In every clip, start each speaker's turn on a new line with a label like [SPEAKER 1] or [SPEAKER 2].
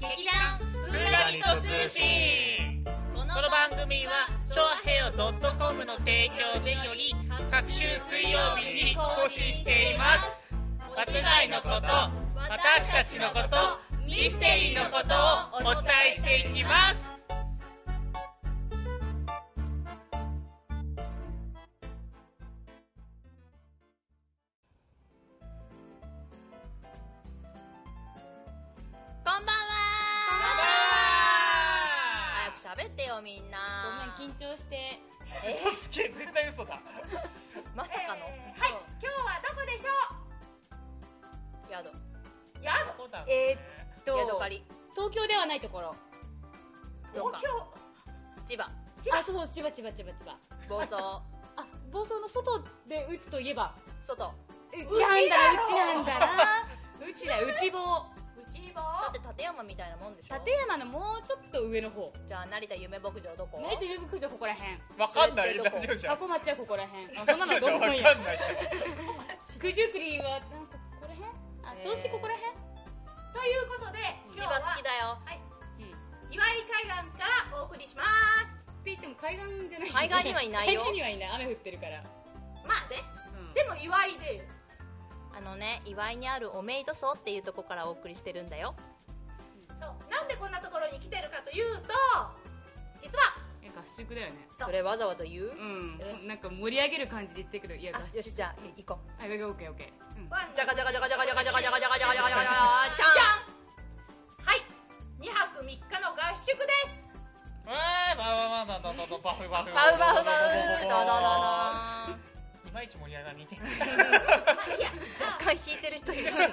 [SPEAKER 1] 劇団ブラニト通信この番組は超平洋 .com の提供でより各週水曜日に更新しています間違いのこと私たちのことミステリーのことをお伝えしていきます
[SPEAKER 2] こんばんは
[SPEAKER 1] あ
[SPEAKER 2] 早く喋ってよみんな
[SPEAKER 3] ごめん緊張して
[SPEAKER 2] え
[SPEAKER 1] 嘘つけ絶対嘘だ
[SPEAKER 2] まさかの、
[SPEAKER 3] えーはい今日はどこでしょ
[SPEAKER 2] 宿
[SPEAKER 3] うや
[SPEAKER 1] そうだろう
[SPEAKER 3] え
[SPEAKER 1] ね
[SPEAKER 3] っと
[SPEAKER 2] 宿借り
[SPEAKER 3] 東京ではないところ
[SPEAKER 2] どっか
[SPEAKER 3] 東京
[SPEAKER 2] 千葉
[SPEAKER 3] 千葉あそうそう千葉千葉千葉千葉
[SPEAKER 2] 房総
[SPEAKER 3] あ暴走の外で打つといえば
[SPEAKER 2] 外
[SPEAKER 3] うちなん
[SPEAKER 1] ちだろ
[SPEAKER 3] だうちなんだ なうちだ内房
[SPEAKER 1] 内
[SPEAKER 2] だ
[SPEAKER 1] 房
[SPEAKER 2] って立山みたいなもんでしょ
[SPEAKER 3] 立山のもうちょっと上の方
[SPEAKER 2] じゃあ成田夢牧場どこ
[SPEAKER 3] ねデビュー牧場ここら辺
[SPEAKER 1] わかんないラジオじゃ
[SPEAKER 3] あ
[SPEAKER 1] ん
[SPEAKER 3] こまちはここら 辺あそ
[SPEAKER 1] ラ
[SPEAKER 3] んな
[SPEAKER 1] ジオ
[SPEAKER 3] の
[SPEAKER 1] じゃ
[SPEAKER 3] ど
[SPEAKER 1] わ
[SPEAKER 3] ん
[SPEAKER 1] かん
[SPEAKER 3] どん
[SPEAKER 1] ない
[SPEAKER 3] や
[SPEAKER 1] よ
[SPEAKER 3] 九十九里はなんかここら辺あ
[SPEAKER 2] えー
[SPEAKER 3] 調子ここら辺
[SPEAKER 4] ということで
[SPEAKER 2] 千
[SPEAKER 4] 今日
[SPEAKER 2] 葉
[SPEAKER 4] は
[SPEAKER 2] 好きだよ
[SPEAKER 4] 岩井海岸からお送りします
[SPEAKER 3] って言っても海岸じゃない
[SPEAKER 2] 海岸にはいないよ
[SPEAKER 3] 海岸にはいない雨降ってるから
[SPEAKER 4] まあね
[SPEAKER 3] うん
[SPEAKER 4] でも岩井でよ
[SPEAKER 2] あのね岩井にあるおめいと荘っていうとこからお送りしてるんだよ
[SPEAKER 4] そうなんでこんなところに来てるかというと実は
[SPEAKER 5] え合宿だよね
[SPEAKER 2] それわざわざ言う
[SPEAKER 5] うんなんか盛り上げる感じで言ってくるいや
[SPEAKER 2] あ
[SPEAKER 5] 合
[SPEAKER 2] よ
[SPEAKER 5] 宿
[SPEAKER 2] しじゃあ行こう
[SPEAKER 5] あオッケーオッケーうん
[SPEAKER 4] ワン
[SPEAKER 2] じゃがじゃがじゃがじゃがじゃがじゃがじゃがじゃがじゃがじゃがじゃがじゃ
[SPEAKER 4] じゃんはい2泊3日の合宿です
[SPEAKER 1] わーバフバフバフバフ
[SPEAKER 2] バウバウバウドドドドーン
[SPEAKER 1] いまいち盛り上がりに
[SPEAKER 4] まあいいや
[SPEAKER 2] 若干引いてる人いるし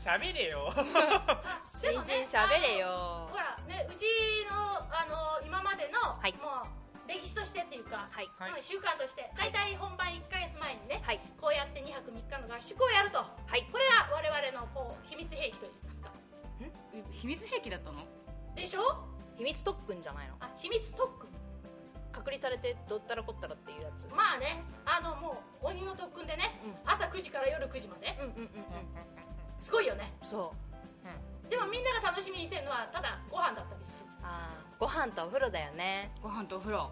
[SPEAKER 1] 喋れよ
[SPEAKER 2] 新人喋れ よ
[SPEAKER 4] ほらねうちのあの今までの、
[SPEAKER 2] はい
[SPEAKER 4] もう歴史としてっていうか、
[SPEAKER 2] はい
[SPEAKER 1] はい
[SPEAKER 4] まあ習慣として大体本番1か月前にね
[SPEAKER 2] はい
[SPEAKER 4] こうやって2泊3日の合宿をやると
[SPEAKER 2] はい
[SPEAKER 4] これが我々のこう秘密兵器といいますか
[SPEAKER 5] 秘密兵器だったの
[SPEAKER 4] でしょ
[SPEAKER 2] 秘密特訓じゃないの
[SPEAKER 4] あ秘密特訓
[SPEAKER 2] 隔離されてどったらこったらっていうやつ
[SPEAKER 4] まあねあのもう鬼の特訓でね、
[SPEAKER 2] う
[SPEAKER 4] 朝9時から夜9時まで
[SPEAKER 2] うんうんうんうん
[SPEAKER 4] すごいよね
[SPEAKER 2] そう
[SPEAKER 4] でもみんなが楽しみにしてるのはただご飯だったりする
[SPEAKER 2] あーご飯とお風呂だよね
[SPEAKER 5] ご飯とお風呂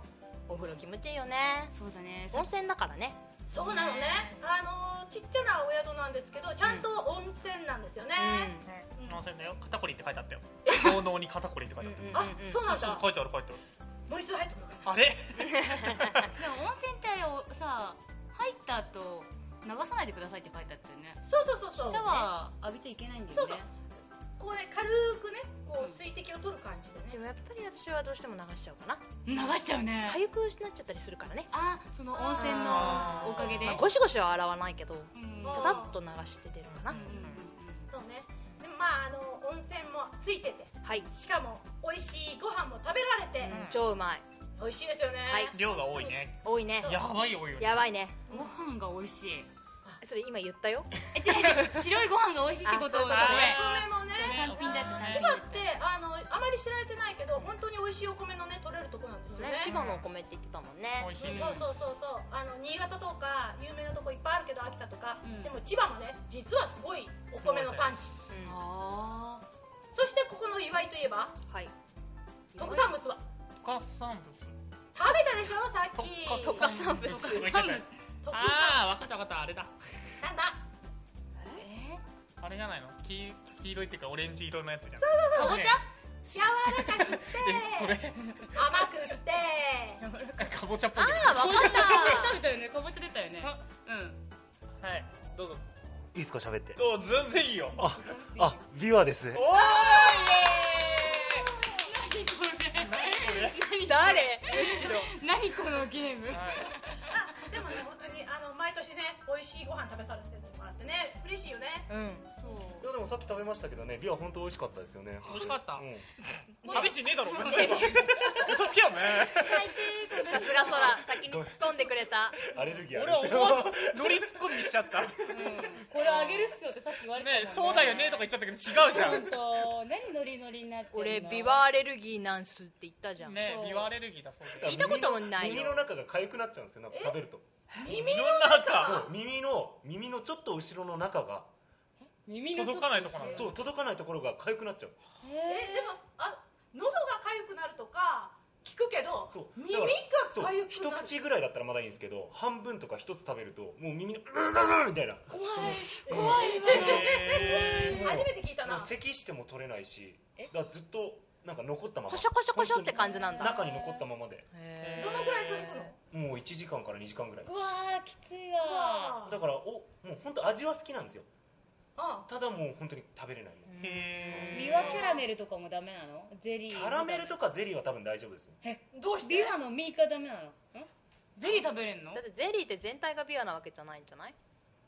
[SPEAKER 2] お風呂気持ちいいよね
[SPEAKER 5] そうだね
[SPEAKER 2] 温泉だからね
[SPEAKER 4] そうなのねあのーちっちゃなお宿なんですけどちゃんと温泉なんですよね、
[SPEAKER 1] 温泉だよ肩こりって書いてあったよ煩悩に肩こりって書いてあっ
[SPEAKER 4] あそうなん
[SPEAKER 1] たよ
[SPEAKER 4] だ
[SPEAKER 1] 書いてある書いてある
[SPEAKER 4] もう一度入ってくるか
[SPEAKER 1] あれ
[SPEAKER 5] でも温泉ってあれをさ入った後流さないでくださいって書いてあったよね
[SPEAKER 4] なそうそうそうそう
[SPEAKER 5] シャワー浴びちゃいけないんだよね
[SPEAKER 4] こうね軽くねこう水滴を取る感じで
[SPEAKER 2] でも
[SPEAKER 4] ね
[SPEAKER 2] やっぱり私はどうしても流しちゃうかな
[SPEAKER 5] 流しちゃうね
[SPEAKER 2] 痒くなっちゃったりするからね
[SPEAKER 5] あその温泉のおかげで
[SPEAKER 2] まあゴシゴシは洗わないけ
[SPEAKER 5] う
[SPEAKER 2] ど
[SPEAKER 5] ん
[SPEAKER 2] さらっと流して出るか
[SPEAKER 5] うん
[SPEAKER 2] な
[SPEAKER 5] うん
[SPEAKER 4] そうねでもまああの温泉もついてて
[SPEAKER 2] はい
[SPEAKER 4] しかも美味しいご飯も食べられて、
[SPEAKER 1] ん
[SPEAKER 2] 超うまい
[SPEAKER 4] 美味しいですよね、
[SPEAKER 2] はい
[SPEAKER 1] 量が多いね
[SPEAKER 2] 多いね
[SPEAKER 1] やばい多いよね
[SPEAKER 2] やばいね
[SPEAKER 5] ご飯が美味しい
[SPEAKER 2] それ今言ったよ
[SPEAKER 5] え違う違う白いご飯が美味しいってことを
[SPEAKER 2] あ
[SPEAKER 1] いう
[SPEAKER 2] そう
[SPEAKER 5] ね
[SPEAKER 1] こ
[SPEAKER 4] お
[SPEAKER 5] 単品
[SPEAKER 4] 米もね
[SPEAKER 5] だって
[SPEAKER 4] 千
[SPEAKER 5] 単
[SPEAKER 4] 葉ってあのあまり知られてないけど本当に美味しいお米のね取れるとこなんですよ
[SPEAKER 2] ね
[SPEAKER 4] ね
[SPEAKER 2] 千葉のお米って言ってたもんね
[SPEAKER 1] 美味しいね
[SPEAKER 4] うんそうそうそうそうあの新潟とか有名なとこいっぱいあるけど秋田とか、
[SPEAKER 5] うん
[SPEAKER 4] でも千葉もね実はすごいお米の産地
[SPEAKER 2] うん
[SPEAKER 5] あ
[SPEAKER 4] そしてここの岩井といえば
[SPEAKER 2] はい
[SPEAKER 4] 特産物は
[SPEAKER 1] 特産
[SPEAKER 4] 食べたでしょさっき
[SPEAKER 1] 物
[SPEAKER 2] 特産物
[SPEAKER 1] 特産物
[SPEAKER 4] 特産
[SPEAKER 1] ああわかったわかったあれだ
[SPEAKER 4] なんだ
[SPEAKER 5] え
[SPEAKER 1] あれじゃないの黄黄色いっていうかオレンジ色のやつじゃん
[SPEAKER 5] かぼちゃ
[SPEAKER 4] 柔らかくて
[SPEAKER 1] えそれ
[SPEAKER 4] 甘くて
[SPEAKER 1] かぼちゃっぽい
[SPEAKER 2] あ
[SPEAKER 1] けど
[SPEAKER 2] あわかっ
[SPEAKER 5] 食べたよねかぼちゃ出たよねうん
[SPEAKER 1] はいどうぞ
[SPEAKER 6] いいですか喋って
[SPEAKER 1] どう全然いいよ
[SPEAKER 6] ああビワです
[SPEAKER 1] おーイエーイ何こ
[SPEAKER 2] た誰
[SPEAKER 5] 何このゲーム
[SPEAKER 1] れはい
[SPEAKER 4] あでもね本当にあの毎年ね美味しいご飯食べさせてもらってね嬉しいよね
[SPEAKER 2] うん
[SPEAKER 6] いやでもさっき食べましたけどねビワ本当美味しかったですよね
[SPEAKER 1] 美味しかった
[SPEAKER 6] うん
[SPEAKER 1] 食べてねえだろお前嘘つけよね
[SPEAKER 2] さすが空先に突っ込んでくれた
[SPEAKER 6] アレルギーあ
[SPEAKER 1] 俺
[SPEAKER 6] る
[SPEAKER 1] は思
[SPEAKER 6] んですよ
[SPEAKER 1] わずノリツッコミにしちゃったね
[SPEAKER 3] これあげるっすよってさっき言われてた
[SPEAKER 1] え
[SPEAKER 3] もん
[SPEAKER 1] そうだよねとか言っちゃったけど違うじゃ
[SPEAKER 3] ほんと何ノリノリになって んの
[SPEAKER 2] 俺ビワアレルギーなんすって言ったじゃん、
[SPEAKER 1] んね
[SPEAKER 3] そう
[SPEAKER 1] えビワアレルギーだそう
[SPEAKER 6] だ
[SPEAKER 1] で
[SPEAKER 6] から
[SPEAKER 2] 聞いたこともないよ
[SPEAKER 6] 耳の中が痒くなっちゃうんですよなんか食べると
[SPEAKER 1] 耳の中
[SPEAKER 6] そう耳の耳のちょっと後ろの中が
[SPEAKER 3] 耳の
[SPEAKER 7] 届かないとこなんだ
[SPEAKER 6] そう届かないところが痒くなっちゃう
[SPEAKER 4] えで
[SPEAKER 3] え
[SPEAKER 4] もあ喉が痒くなるとか聞くけど
[SPEAKER 6] そう
[SPEAKER 4] 耳
[SPEAKER 6] だ
[SPEAKER 4] が
[SPEAKER 6] からそう
[SPEAKER 4] 痒く
[SPEAKER 6] 一
[SPEAKER 4] なる
[SPEAKER 6] 口ぐらいだったらまだいいんですけど半分とか一つ食べるともう耳の「うるるみたいな
[SPEAKER 3] 怖い
[SPEAKER 4] 怖いね
[SPEAKER 7] へ
[SPEAKER 6] もう
[SPEAKER 4] 初めて聞いた
[SPEAKER 6] もう
[SPEAKER 4] な
[SPEAKER 6] 咳しても取れないし
[SPEAKER 3] え
[SPEAKER 6] だからずっとなんか残ったまま
[SPEAKER 2] コショコショコショって感じなんだ
[SPEAKER 6] 中に残ったままで
[SPEAKER 2] へ
[SPEAKER 4] どのぐらい続くの
[SPEAKER 6] もう1時間から2時間ぐらいう
[SPEAKER 3] わーきついわ
[SPEAKER 6] だからおもう本当味は好きなんですよ
[SPEAKER 4] あ
[SPEAKER 6] ただもう本当に食べれない
[SPEAKER 7] ーへー
[SPEAKER 3] ビワキャラメルとかもダメなのゼリー
[SPEAKER 6] キ
[SPEAKER 3] も
[SPEAKER 6] ャラメルとかゼリーは多分大丈夫ですね
[SPEAKER 4] どうして
[SPEAKER 3] ビワのミイカダメなのん
[SPEAKER 5] ゼリー食べれんの
[SPEAKER 2] だってゼリーって全体がビアなわけじゃないんじゃない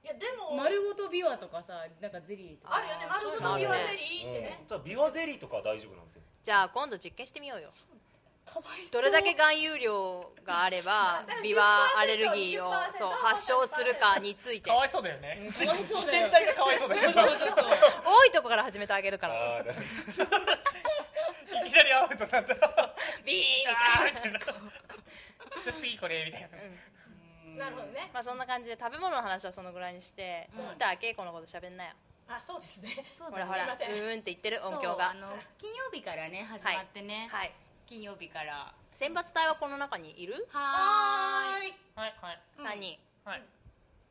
[SPEAKER 4] いやでも
[SPEAKER 3] 丸ごとビワとかさなんかゼリーとか
[SPEAKER 4] あるよね丸ごとビワゼリーって
[SPEAKER 6] う
[SPEAKER 4] ね
[SPEAKER 6] んただビワゼリーとかは大丈夫なんですよ
[SPEAKER 2] じゃあ今度実験してみようよ
[SPEAKER 3] かわいそう
[SPEAKER 2] どれだけ含有量があればビワアレルギーをそう発症するかについて
[SPEAKER 7] かわいそうだよね
[SPEAKER 3] かわいそうだ
[SPEAKER 7] 全
[SPEAKER 3] よ
[SPEAKER 7] 体がかわいそうだよね
[SPEAKER 2] 多いとこから始めてあげるから
[SPEAKER 6] あーなるほ ど
[SPEAKER 7] いきなりアウトなんだ
[SPEAKER 2] ビー
[SPEAKER 7] あー
[SPEAKER 2] ン
[SPEAKER 7] みたいなじゃあ次これみたいな
[SPEAKER 2] うん
[SPEAKER 4] なるほどね
[SPEAKER 2] まあそんな感じで食べ物の話はそのぐらいにして
[SPEAKER 5] うん
[SPEAKER 2] シッター恵子のこと喋んなよ
[SPEAKER 4] あそうですね
[SPEAKER 5] そう
[SPEAKER 2] ほ
[SPEAKER 5] だ
[SPEAKER 2] ら
[SPEAKER 5] ね
[SPEAKER 2] ほら
[SPEAKER 4] すいません
[SPEAKER 2] うーんって言ってる
[SPEAKER 5] そう
[SPEAKER 2] 音響
[SPEAKER 5] あ
[SPEAKER 2] が
[SPEAKER 5] の金曜日からね始まってね、
[SPEAKER 2] はい
[SPEAKER 5] 金曜日から
[SPEAKER 2] 選抜隊はこの中にいる
[SPEAKER 5] は
[SPEAKER 4] は
[SPEAKER 5] ーい
[SPEAKER 4] ーい
[SPEAKER 7] はいはい
[SPEAKER 2] 3人
[SPEAKER 7] はい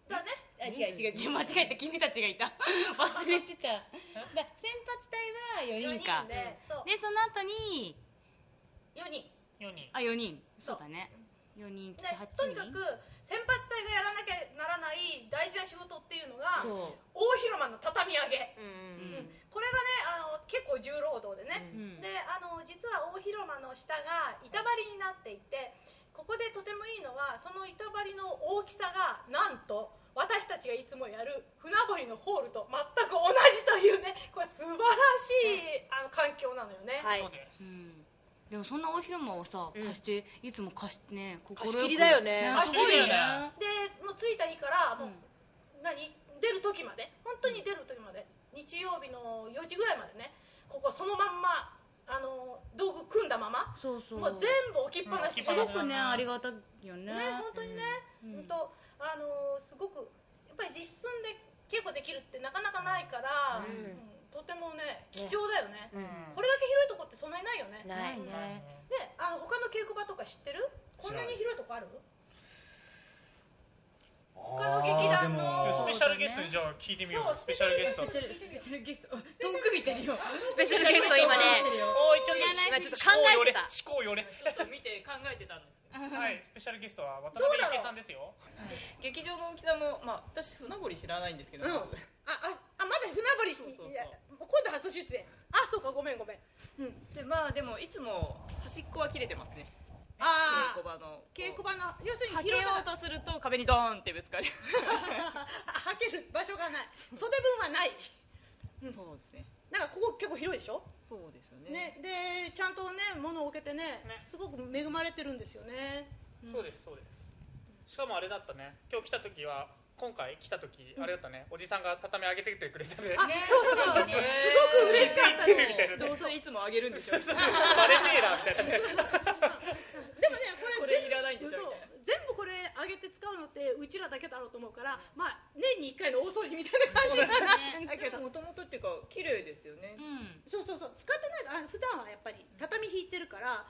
[SPEAKER 4] だね
[SPEAKER 3] あ違う違う違う
[SPEAKER 5] 間違えた君たちがいた
[SPEAKER 3] 忘れてただ先発隊は4
[SPEAKER 4] 4
[SPEAKER 3] 人
[SPEAKER 4] 人
[SPEAKER 3] か
[SPEAKER 4] でそう
[SPEAKER 5] でその後に
[SPEAKER 4] 4人
[SPEAKER 7] 4人
[SPEAKER 5] あ4人そ
[SPEAKER 4] そ
[SPEAKER 5] ううだね4人来て
[SPEAKER 4] ね
[SPEAKER 5] 8人
[SPEAKER 4] とにかく先発隊がやらなきゃならない大事な仕事っていうのが
[SPEAKER 5] そ
[SPEAKER 4] 大広間の畳み上げ
[SPEAKER 2] うん
[SPEAKER 5] う、う
[SPEAKER 2] うん
[SPEAKER 5] ん
[SPEAKER 4] これがねあの結構重労働でね、
[SPEAKER 5] うん
[SPEAKER 4] であの実は大広間の下が板張りになっていてここでとてもいいのはその板張りの大きさがなんと私たちがいつもやる船堀のホールと全く同じというねこれ素晴らしい、あの環境なのよね、
[SPEAKER 2] はい
[SPEAKER 7] そうです
[SPEAKER 5] うんでもそんな大広間をさ
[SPEAKER 2] うん
[SPEAKER 5] 貸して、いつも貸してね心
[SPEAKER 2] 貸し切りだよね
[SPEAKER 5] すごいよ
[SPEAKER 7] 貸し切りだよ
[SPEAKER 5] ね
[SPEAKER 4] でもう着いた日から
[SPEAKER 5] う
[SPEAKER 4] もう、
[SPEAKER 5] ん
[SPEAKER 4] 何出る時まで本当に出る時まで日曜日の4時ぐらいまでねここそのまんまあの道具組んだまま
[SPEAKER 5] そうそう
[SPEAKER 4] もう全部置きっぱなし
[SPEAKER 7] うん置きっ
[SPEAKER 5] す
[SPEAKER 7] ぱな
[SPEAKER 5] ご
[SPEAKER 7] し
[SPEAKER 5] くねありがたいよね
[SPEAKER 4] ね本当にね、
[SPEAKER 5] うん
[SPEAKER 4] 本当あのーすごくやっぱり実寸で稽古できるってなかなかないから、
[SPEAKER 2] うん
[SPEAKER 4] うんとてもね貴重だよね
[SPEAKER 2] うん
[SPEAKER 4] これだけ広いとこってそんなにないよねで
[SPEAKER 2] ない
[SPEAKER 5] ね
[SPEAKER 4] あの他の稽古場とか知ってるこんなに広いとこある他の劇団の
[SPEAKER 6] あーで
[SPEAKER 7] ス
[SPEAKER 6] も
[SPEAKER 7] ペシャルゲストにじゃあ聞いてみようスペシャルゲスト
[SPEAKER 5] スペシャルゲストあ遠く見てるよ
[SPEAKER 2] スペシャルゲスト今ね
[SPEAKER 7] おいちょっと
[SPEAKER 2] 知らな
[SPEAKER 7] 今
[SPEAKER 2] い
[SPEAKER 7] ちょっと考えてた思考よれ
[SPEAKER 1] ちょっと見て考えてたんですけど
[SPEAKER 7] 思考よれはいスペシャルゲストは渡辺幸恵さんですよ
[SPEAKER 1] 劇場の大きさもまあ私船堀知らないんですけど、
[SPEAKER 4] う
[SPEAKER 1] ま
[SPEAKER 4] ん
[SPEAKER 1] ず
[SPEAKER 4] あああまだ船堀
[SPEAKER 1] そうそうそう
[SPEAKER 4] いやもう今度初出演あそうかごめんごめん
[SPEAKER 1] でまあでもいつも端っこは切れてますね
[SPEAKER 4] あ
[SPEAKER 1] 稽古場の
[SPEAKER 4] 稽古場の要する
[SPEAKER 1] は
[SPEAKER 4] に
[SPEAKER 1] けよ
[SPEAKER 4] 広さ
[SPEAKER 1] うとすると壁にドーンってぶつかる
[SPEAKER 4] はける場所がない袖分はない
[SPEAKER 1] そうですね
[SPEAKER 4] なんかここ結構広いでしょ
[SPEAKER 1] そうですよ
[SPEAKER 4] ね、でちゃんとね物を置けてね
[SPEAKER 7] ね
[SPEAKER 4] すごく恵まれてるんですよね、ん
[SPEAKER 7] そうですそうですしかもあれだったね今日来た時は今回来た時あれだったねおじさんが畳上げてきてくれたね
[SPEAKER 4] あそうそうそうすごく嬉しかった
[SPEAKER 7] 見て
[SPEAKER 4] で
[SPEAKER 7] るみたいなね
[SPEAKER 1] どうせいつもあげるんでしょ
[SPEAKER 7] バレねえなみたいなね
[SPEAKER 4] もねこれ
[SPEAKER 1] これいらないんで
[SPEAKER 4] 全
[SPEAKER 1] し
[SPEAKER 4] 部
[SPEAKER 1] ょ
[SPEAKER 4] そう
[SPEAKER 1] みたいな
[SPEAKER 4] 全部これあげて使うのってうちらだけだろうと思うからまあ年に1回の大掃除みたいな感じになるんだけど
[SPEAKER 1] もともとっていうか綺麗ですよね
[SPEAKER 5] うん
[SPEAKER 4] そうそうそう使ってないあ普段はやっぱり畳引いてるから、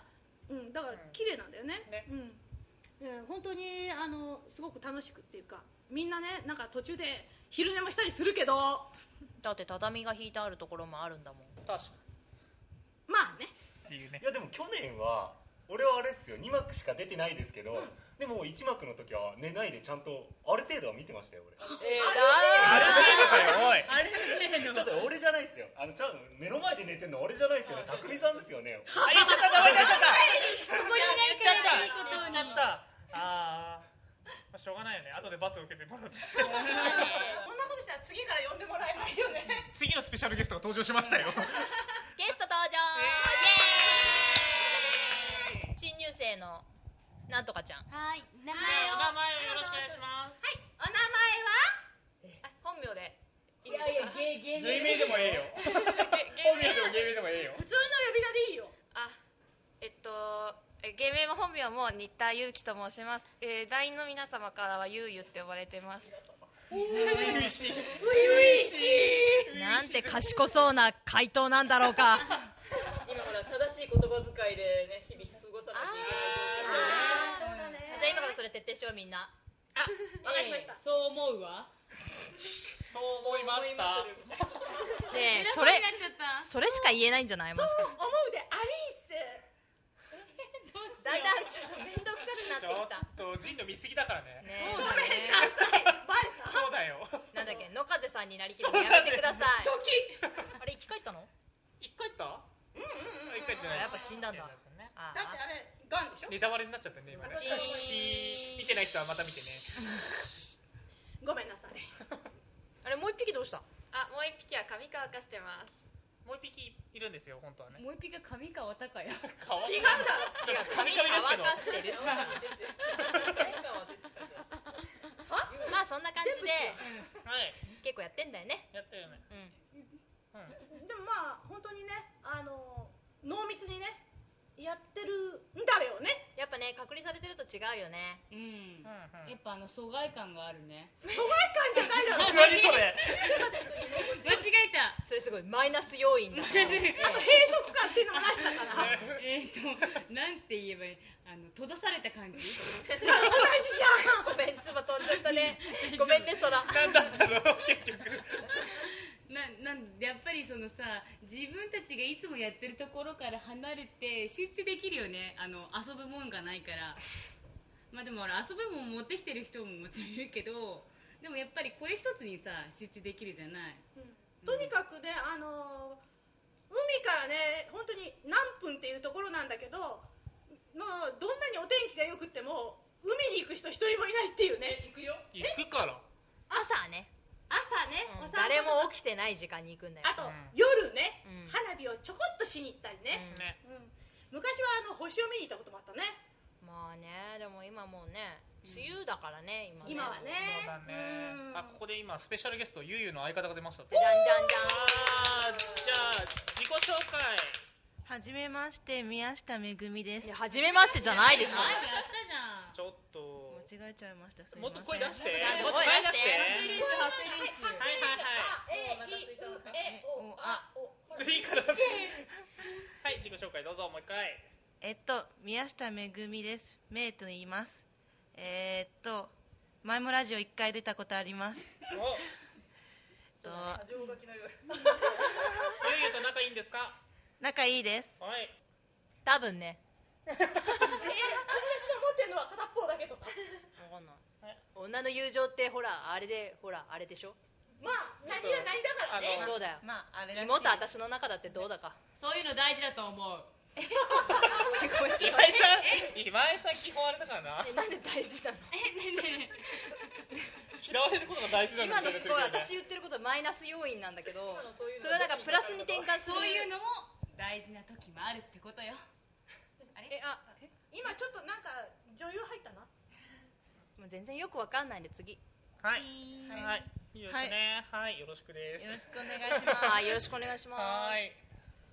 [SPEAKER 4] うん、だから綺麗なんだよね,、
[SPEAKER 7] ね
[SPEAKER 4] うんうん本当にあのすごく楽しくっていうかみんなねなんか途中で昼寝もしたりするけど
[SPEAKER 2] だって畳が引いてあるところもあるんだも
[SPEAKER 7] 確
[SPEAKER 2] ん
[SPEAKER 7] か
[SPEAKER 4] まあね
[SPEAKER 7] にっていうね
[SPEAKER 6] いやでも去年は俺はあれっすよ2幕しか出てないですけど、でも1幕の時は寝ないでちゃんとある程度は見てましたよ俺
[SPEAKER 7] ある程度かよおい
[SPEAKER 3] あれね
[SPEAKER 6] ちょっと俺じゃないですよあのちゃん目の前で寝てんの俺じゃないですよね匠さんですよね
[SPEAKER 7] あ言っちゃった名前出しちゃった
[SPEAKER 3] ここに
[SPEAKER 7] 言っちゃった
[SPEAKER 3] いこと
[SPEAKER 7] 言っちゃったあーまあしょうがないよね後で罰を受けてもらうとして
[SPEAKER 4] こんなことしたら次から呼んでもらえないよね
[SPEAKER 7] 次のスペシャルゲストが登場しましたよ
[SPEAKER 2] ゲスト登場イエーイ新入生のなんとかちゃん
[SPEAKER 5] はい名前
[SPEAKER 7] お名前をよろしくお願いします
[SPEAKER 2] お名前は本名で
[SPEAKER 3] いやいやゲーゲー
[SPEAKER 7] 芸名でもええよ本名でも芸名でもええよ
[SPEAKER 4] 普通の呼び名でいいよ
[SPEAKER 8] あえっとえ芸名も本名も新田祐希と申します、えー、団員の皆様からはゆうゆって呼ばれてます
[SPEAKER 7] 初々しい
[SPEAKER 2] なんて賢そうな回答なんだろうか。
[SPEAKER 9] 今ほら正しい言葉遣いでね日々過ごさなきゃいけない状況ですよね
[SPEAKER 4] そうだね
[SPEAKER 2] じゃあ今からそれ徹底しようみんな。
[SPEAKER 9] わかりました
[SPEAKER 3] そう思うわ
[SPEAKER 7] そう思いました
[SPEAKER 2] ねえ、それ、それしか言えないんじゃないもしかし
[SPEAKER 4] 思うでアリー
[SPEAKER 2] て。だんだんちょっと面倒くさ
[SPEAKER 7] ちょっ。と人類見すぎだからね
[SPEAKER 2] ね
[SPEAKER 4] スごめんなさいバレた
[SPEAKER 7] そうだよ
[SPEAKER 2] え、なんだっけ、野風さんになりきってやめてください。
[SPEAKER 4] ドキッ
[SPEAKER 2] あれ、生き返ったの
[SPEAKER 7] 一回言ったうんうんうん一回言ってない
[SPEAKER 2] あやっぱ死んだんだあ
[SPEAKER 9] だってあれガンでしょ
[SPEAKER 7] ネタバレになっちゃったね今ね
[SPEAKER 2] チーン
[SPEAKER 7] 見てない人はまた見てね
[SPEAKER 4] ごめんなさい
[SPEAKER 2] あれ、もう一匹どうした
[SPEAKER 8] あもう一匹は髪乾かしてます
[SPEAKER 7] もう一匹いるんですよ本当はね
[SPEAKER 3] もう一匹が上川隆也
[SPEAKER 7] かわいい
[SPEAKER 9] 違うんだ
[SPEAKER 7] ちょっとカミ
[SPEAKER 2] 髪
[SPEAKER 7] カミですけ
[SPEAKER 2] 乾
[SPEAKER 7] ど
[SPEAKER 2] かしてるって まあそんな感じで
[SPEAKER 7] はい
[SPEAKER 2] 結構やってんだよね
[SPEAKER 7] やったよね
[SPEAKER 2] うん
[SPEAKER 7] うん
[SPEAKER 4] でもまあ本当にねあの濃密にねやってるんだよね
[SPEAKER 2] やっぱね隔離されてると違うよね
[SPEAKER 3] うん
[SPEAKER 7] うんう
[SPEAKER 3] や
[SPEAKER 7] ん
[SPEAKER 3] っぱあの疎外感があるね
[SPEAKER 4] 感じゃないだろ
[SPEAKER 7] 何それ
[SPEAKER 5] 間違えた
[SPEAKER 2] それすごいマイナス要因 だ
[SPEAKER 4] 閉塞感っていうのも出したから
[SPEAKER 3] えっとなんて言えばいいあの閉ざされた感じ
[SPEAKER 2] ごめん唾飛んじゃったねごめんね空
[SPEAKER 7] 何だったの結局
[SPEAKER 3] ななんやっぱりそのさ自分たちがいつもやってるところから離れて集中できるよねあの遊ぶもんがないからまあでもほら遊ぶもん持ってきてる人ももちろんいるけどでもやっぱりこれ一つにさ集中できるじゃない
[SPEAKER 4] うんとにかくねあの海からね本当に何分っていうところなんだけどまあどんなにお天気が良くっても海に行く人一人もいないっていうね
[SPEAKER 9] 行くよ
[SPEAKER 7] 行くから
[SPEAKER 2] 朝はね
[SPEAKER 4] 朝ね、
[SPEAKER 2] うん
[SPEAKER 4] お散
[SPEAKER 2] 誰
[SPEAKER 4] 歩とか
[SPEAKER 2] も起きてない時間に行くんだよ
[SPEAKER 4] あと、
[SPEAKER 7] うん
[SPEAKER 4] 夜ね、
[SPEAKER 2] うん
[SPEAKER 4] 花火をちょこっとしに行ったりね、
[SPEAKER 2] うん
[SPEAKER 7] ね
[SPEAKER 4] うん昔はあの星を見に行ったこともあったね
[SPEAKER 2] まあねでも今もうね梅雨だからね今ね
[SPEAKER 4] 今はね
[SPEAKER 7] そうだね
[SPEAKER 4] うん
[SPEAKER 7] あここで今スペシャルゲストゆうゆうの相方が出ましたって
[SPEAKER 2] じゃんじゃんじ
[SPEAKER 7] あーじゃあ自己紹介
[SPEAKER 9] はじめまして宮下めぐみで
[SPEAKER 2] ゃんいや初めましてじゃないでしょ
[SPEAKER 5] 前もやったじゃん
[SPEAKER 7] ちょっと
[SPEAKER 9] 間違えちゃいましたす
[SPEAKER 7] もっと声出して
[SPEAKER 2] ん
[SPEAKER 7] もっと声出して
[SPEAKER 4] はい
[SPEAKER 7] はいはい
[SPEAKER 4] あえいうえおあお
[SPEAKER 7] はいいいからはい自己紹介どうぞもう一回
[SPEAKER 9] えっと宮下めぐみですメイと言いますえっと前もラジオ1回出たことあります
[SPEAKER 7] おゆうゆうと仲いいんですか
[SPEAKER 9] 仲いいです
[SPEAKER 7] はい
[SPEAKER 2] 多分ね
[SPEAKER 4] 私の持ってるのは片方だけとか
[SPEAKER 2] わかんない女の友情ってほらあれでほらあれでしょ
[SPEAKER 4] まあ何が何だから
[SPEAKER 7] あ
[SPEAKER 4] ね
[SPEAKER 7] の
[SPEAKER 2] そうだよ
[SPEAKER 9] まああれ
[SPEAKER 2] 妹は私の中だってどうだ か
[SPEAKER 5] そういうの大事だと思う
[SPEAKER 7] 今井さん今井さん基本あれだからな
[SPEAKER 2] えなんで大事なの
[SPEAKER 7] 嫌われることが大事なの
[SPEAKER 2] 今のすご
[SPEAKER 7] み
[SPEAKER 2] い
[SPEAKER 7] たいな
[SPEAKER 2] 私言ってることマイナス要因なんだけど
[SPEAKER 9] そういうの
[SPEAKER 2] それはなんかプラスに転換する
[SPEAKER 5] そういうのも大事な時もあるってことよ
[SPEAKER 2] えあ
[SPEAKER 4] 今ちょっとなんか女優入ったな
[SPEAKER 2] もう全然よくわかんないんで次
[SPEAKER 7] はいはいいいですねはいよろしくです
[SPEAKER 9] よろしくお願いします
[SPEAKER 2] はいよろしくお願いします
[SPEAKER 7] はい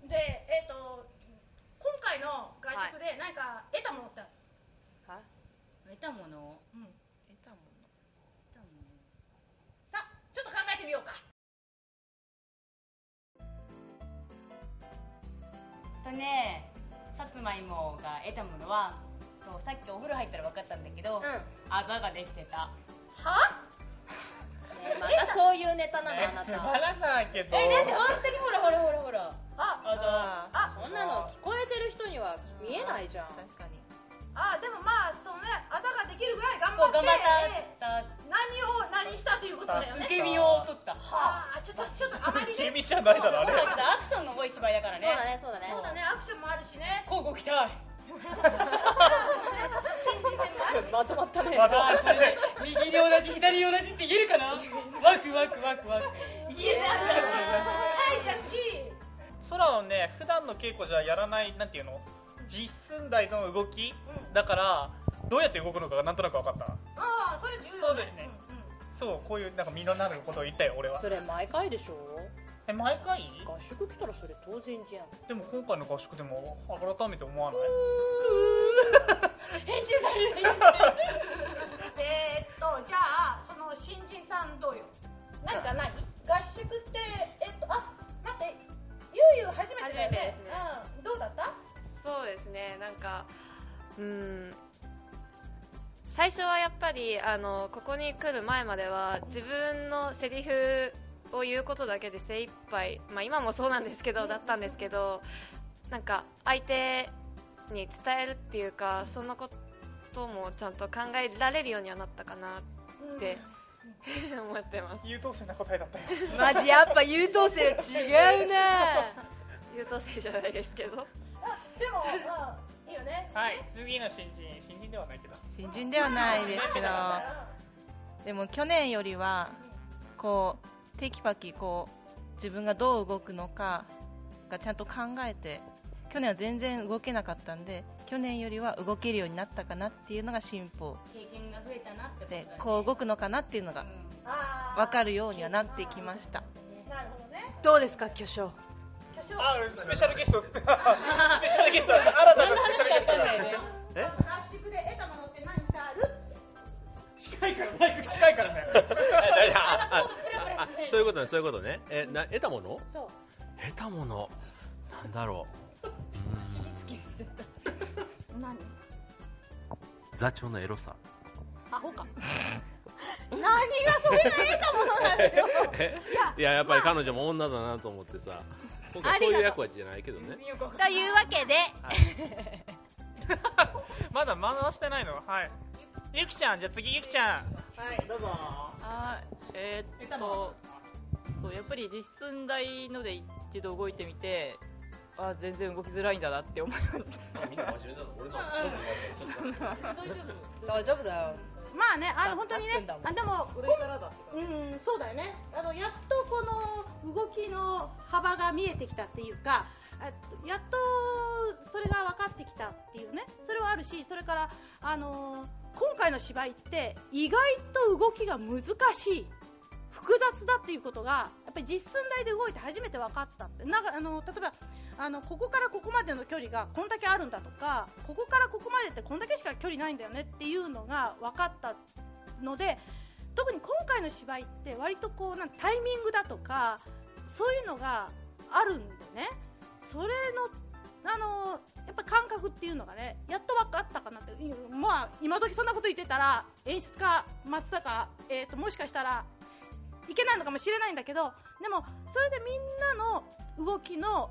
[SPEAKER 4] でえっ、と今回の外食で何か得たものってある、
[SPEAKER 2] は
[SPEAKER 5] 得たもの
[SPEAKER 9] 得たもの
[SPEAKER 5] 得たもの
[SPEAKER 4] さあちょっと考えてみようか
[SPEAKER 5] えっとねさつまいもが得たものはそうさっきお風呂入ったら分かったんだけど、あざができてた
[SPEAKER 4] は
[SPEAKER 2] またそういうネタなのあな
[SPEAKER 7] つま
[SPEAKER 2] た
[SPEAKER 7] らないけど
[SPEAKER 5] 当にほらほらほらほら
[SPEAKER 4] あ
[SPEAKER 7] あ
[SPEAKER 4] あ
[SPEAKER 2] そんなの聞こえてる人には見えないじゃん
[SPEAKER 9] 確かに
[SPEAKER 4] あでもまあそのねあざができるぐらい頑張
[SPEAKER 5] そう
[SPEAKER 4] っ
[SPEAKER 5] 頑
[SPEAKER 4] て
[SPEAKER 5] 張ったっ
[SPEAKER 4] 何を何したということだよ
[SPEAKER 5] た受
[SPEAKER 4] ね
[SPEAKER 5] け身を取ったはあ
[SPEAKER 4] ああちょっとちょっとあまり
[SPEAKER 7] ケ
[SPEAKER 4] ね
[SPEAKER 7] ミじゃないだろあ
[SPEAKER 5] そう
[SPEAKER 7] れ
[SPEAKER 5] だけどアクションの多い芝居だから
[SPEAKER 2] そうだ
[SPEAKER 5] ね
[SPEAKER 2] ねそうだね
[SPEAKER 4] そうだねアクションもあるしね
[SPEAKER 5] こうご期 待
[SPEAKER 4] 心理戦もあるし
[SPEAKER 2] まとまったね
[SPEAKER 7] まだ本当にね
[SPEAKER 5] 右に同じ左に同じって言えるかなワクワクワクワク
[SPEAKER 4] 言えないはいじゃあ次
[SPEAKER 7] 空のね普段の稽古じゃやらないなんていうの実寸大の動きだからどうやって動くのかがなんとなく分かった
[SPEAKER 4] ああそれ重要
[SPEAKER 7] そうだよね
[SPEAKER 4] うんうん
[SPEAKER 7] そうこういうなんか身のなることを言ったよ俺は
[SPEAKER 2] それ毎回でしょ
[SPEAKER 7] え毎回
[SPEAKER 2] 合宿来たらそれ当然じゃん
[SPEAKER 7] でも今回の合宿でも改めて思わない
[SPEAKER 4] えーっとじゃあその新人さんどうよ宿が何合宿ってえっとあ待ってゆうゆう初めてだよ
[SPEAKER 8] 初めてで
[SPEAKER 4] ね
[SPEAKER 8] すね
[SPEAKER 4] うん、どうだった
[SPEAKER 8] そうですねなんかうん最初はやっぱりあのここに来る前までは自分のセリフを言うことだけで精一杯まあ今もそうなんですけどだったんですけどなんか相手に伝えるっていうかそのこともちゃんと考えられるようにはなったかなって 思ってます
[SPEAKER 7] 優等生な答えだ ったよ
[SPEAKER 2] マジやっぱ優等生違うな
[SPEAKER 8] 優等生じゃないですけど
[SPEAKER 4] でも、うん、いいよね
[SPEAKER 7] はい次の新人新人ではないけど
[SPEAKER 9] 新人ではないですけどでも去年よりはこうテキパキこう自分がどう動くのかがちゃんと考えて去年は全然動けなかったんで去年よりは動けるようになったかなっていうのが進歩
[SPEAKER 5] 経験が増えたなってことだ
[SPEAKER 9] で
[SPEAKER 5] ね
[SPEAKER 9] こう動くのかなっていうのが分
[SPEAKER 4] 分
[SPEAKER 9] かるようにはなってきました
[SPEAKER 4] なるほどね
[SPEAKER 2] どうですか巨匠
[SPEAKER 4] 巨匠
[SPEAKER 7] あスペシャルゲ ストスペシャルゲスト新たなスペシャルゲストだえ
[SPEAKER 4] 合宿で得たものって何かある
[SPEAKER 7] 近いからマイク近いからね
[SPEAKER 10] ああああそういうことねそういうことねえな得たもの
[SPEAKER 4] そう
[SPEAKER 10] 得たものなんだろううーん
[SPEAKER 4] 何
[SPEAKER 10] 座長のエロさ
[SPEAKER 4] アホか何がそれが得たものなんですよ
[SPEAKER 10] え いややっぱり彼女も女だなと思って さ今回そういう役割じゃないけどね
[SPEAKER 2] というわけで
[SPEAKER 7] まだ回してないのはいゆきちゃんじゃあ次ゆきちゃん
[SPEAKER 11] あーえーっとそうやっぱり実寸大ので一度動いてみてあー全然動きづらいんだなって思いまし
[SPEAKER 10] みんな真面目なの俺のちょっと
[SPEAKER 2] 大丈夫だよ
[SPEAKER 4] まあね、あの本当に
[SPEAKER 2] 合ってん
[SPEAKER 4] ね
[SPEAKER 2] だも、ん
[SPEAKER 4] あでも、こんうん、そうだよね。あのやっとこの動きの幅が見えてきたっていうか、あやっとそれが分かってきたっていうね、それはあるし、それからあのー今回の芝居って意外と動きが難しい。複雑だっていうことがやっぱり実寸大で動いて初めて分かったってなんかあの例えばあのここからここまでの距離がこんだけあるんだとかここからここまでってこんだけしか距離ないんだよねっていうのが分かったので特に今回の芝居って割とこうなんタイミングだとかそういうのがあるんでねそれのあのやっぱ感覚っていうのがねやっと分かったかなっていまあ今時そんなこと言ってたら演出家松坂、えー、ともしかしたらいけないのかもしれないんだけどでもそれでみんなの動きの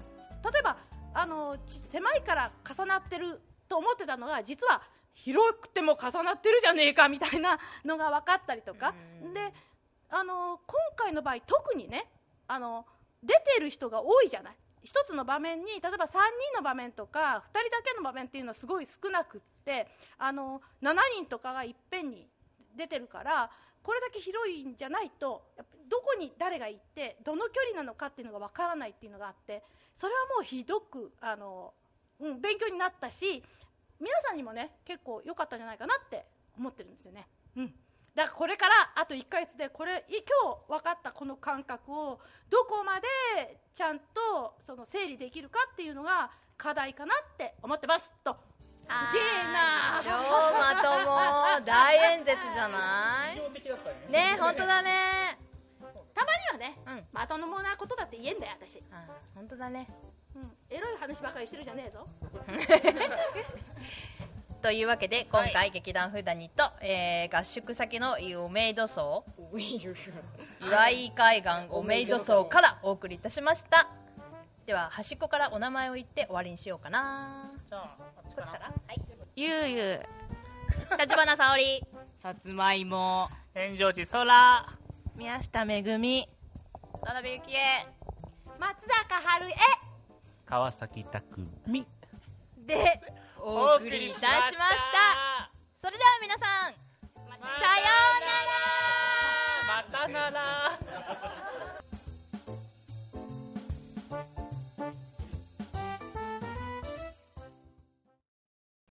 [SPEAKER 4] 例えばあのち狭いから重なってると思ってたのが実は広くても重なってるじゃねえかみたいなのが分かったりとかであの今回の場合特にねあの出てる人が多いじゃない一つの場面に例えば3人の場面とか2人だけの場面っていうのはすごい少なくってあの7人とかがいっぺんに出てるからこれだけ広いんじゃないとやっぱどこに誰が行ってどの距離なのかっていうのが分からないっていうのがあってそれはもうひどくあの、うん、勉強になったし皆さんにもね結構良かったんじゃないかなって思ってるんですよね。うんだからこれからあと1ヶ月でこれい今日分かったこの感覚をどこまでちゃんとその整理できるかっていうのが課題かなって思ってますとすげえな
[SPEAKER 2] 超まとも大演説じゃな
[SPEAKER 7] 実用的だったね
[SPEAKER 2] いね本当だね
[SPEAKER 4] たまにはね、
[SPEAKER 2] うん
[SPEAKER 4] まともなことだって言えんだよ私、
[SPEAKER 2] あ本当だね
[SPEAKER 4] うん、エロい話ばかりしてるじゃねえぞ
[SPEAKER 2] というわけで今回劇団フーダニと、えー合宿先のおメイド層岩井海岸おメイド層からお送りいたしましたでは端っこからお名前を言って終わりにしようかな
[SPEAKER 7] じゃああっち
[SPEAKER 2] こ
[SPEAKER 7] か
[SPEAKER 2] っちから
[SPEAKER 7] な
[SPEAKER 2] はい
[SPEAKER 9] ゆうゆう
[SPEAKER 2] 立花沙 織
[SPEAKER 5] さつまいも
[SPEAKER 7] 炎上寺空
[SPEAKER 9] 宮下めぐみ
[SPEAKER 2] 田辺幸恵
[SPEAKER 4] 松坂春恵
[SPEAKER 10] 川崎拓海
[SPEAKER 2] でお送りいたしましたそれでは皆さん
[SPEAKER 7] またなら